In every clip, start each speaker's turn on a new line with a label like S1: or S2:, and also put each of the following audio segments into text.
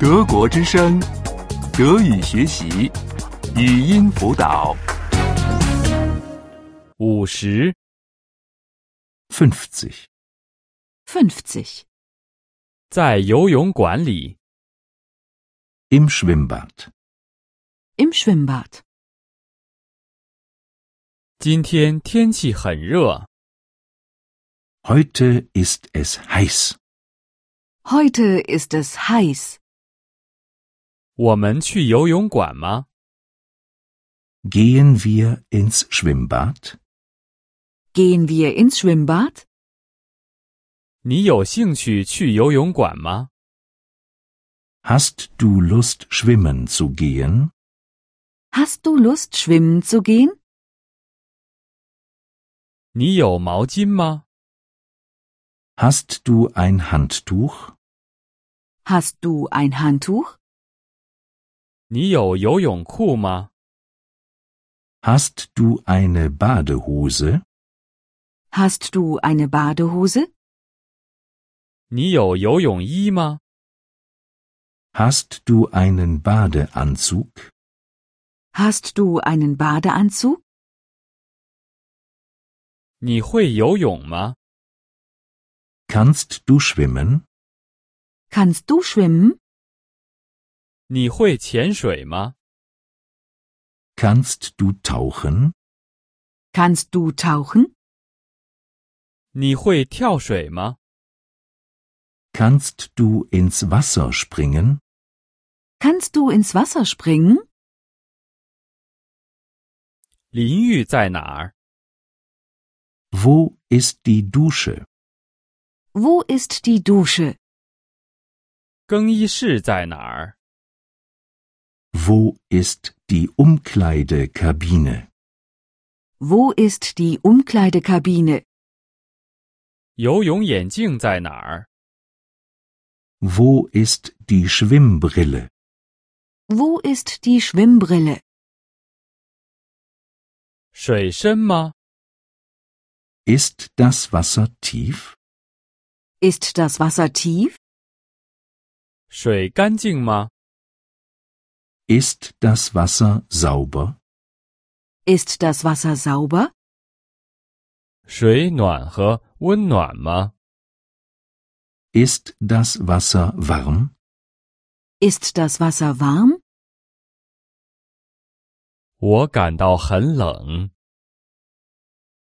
S1: 德国之声，德语学习，语音辅导。
S2: 五十，
S1: fünfzig
S3: 50.
S2: 在游泳馆里，
S1: im Schwimmbad.
S3: Im Schwimmbad.
S2: 今天天气很热，
S1: Heute ist es heiß.
S3: Heute ist es heiß.
S2: 我们去游泳馆吗？
S1: Gehen wir ins Schwimmbad?
S3: Gehen wir ins Schwimmbad?
S2: 你有兴趣去游泳馆吗？
S1: Hast du Lust, schwimmen zu gehen?
S3: Hast du Lust, schwimmen zu gehen?
S2: 你有毛巾吗？
S1: Hast du ein Handtuch?
S3: Hast du ein Handtuch?
S2: 你有游泳裤吗？
S1: Hast du eine Badehose?
S3: Hast du eine Badehose?
S2: 你有游泳衣吗？
S1: Hast du einen Badeanzug?
S3: Hast du einen Badeanzug?
S2: 你会游泳吗？
S1: Kannst du schwimmen?
S3: Kannst du schwimmen?
S2: 你会潜水吗？
S1: Kannst du tauchen?
S3: Kannst du tauchen?
S2: 你会跳水吗？
S1: Kannst du ins Wasser springen?
S3: Kannst du ins Wasser springen?
S2: 淋浴在哪儿？
S1: Wo ist die Dusche?
S3: Wo ist die Dusche?
S2: 更衣室在哪儿？
S1: Wo ist die Umkleidekabine?
S3: Wo ist die Umkleidekabine?
S2: 游泳眼镜在哪儿？
S1: Wo ist die Schwimmbrille?
S3: Wo ist die Schwimmbrille?
S2: 水深吗？
S1: Ist das Wasser tief?
S3: Ist das Wasser tief?
S2: 水干净吗？
S1: Ist das Wasser sauber?
S3: Ist das Wasser sauber?
S2: 水暖和温暖吗？
S1: Ist das Wasser warm?
S3: Ist das Wasser warm?
S2: 我感到很冷。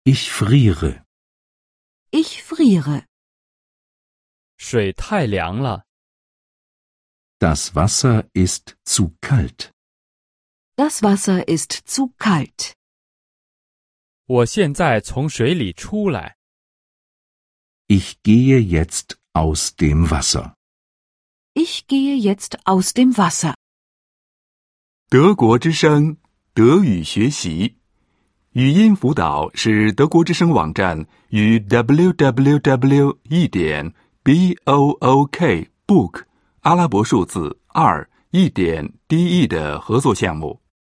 S1: Ich friere.
S3: Ich friere.
S2: 水太凉了，
S1: Das Wasser ist zu kalt.
S3: Das Wasser ist zu kalt.
S2: 我现在从水里出来。
S1: Ich gehe jetzt aus dem Wasser.
S3: Ich gehe jetzt aus dem Wasser.
S1: 德国之声德语学习语音辅导是德国之声网站与 www. 一点 b o o k book 阿拉伯数字二一点 d e 的合作项目。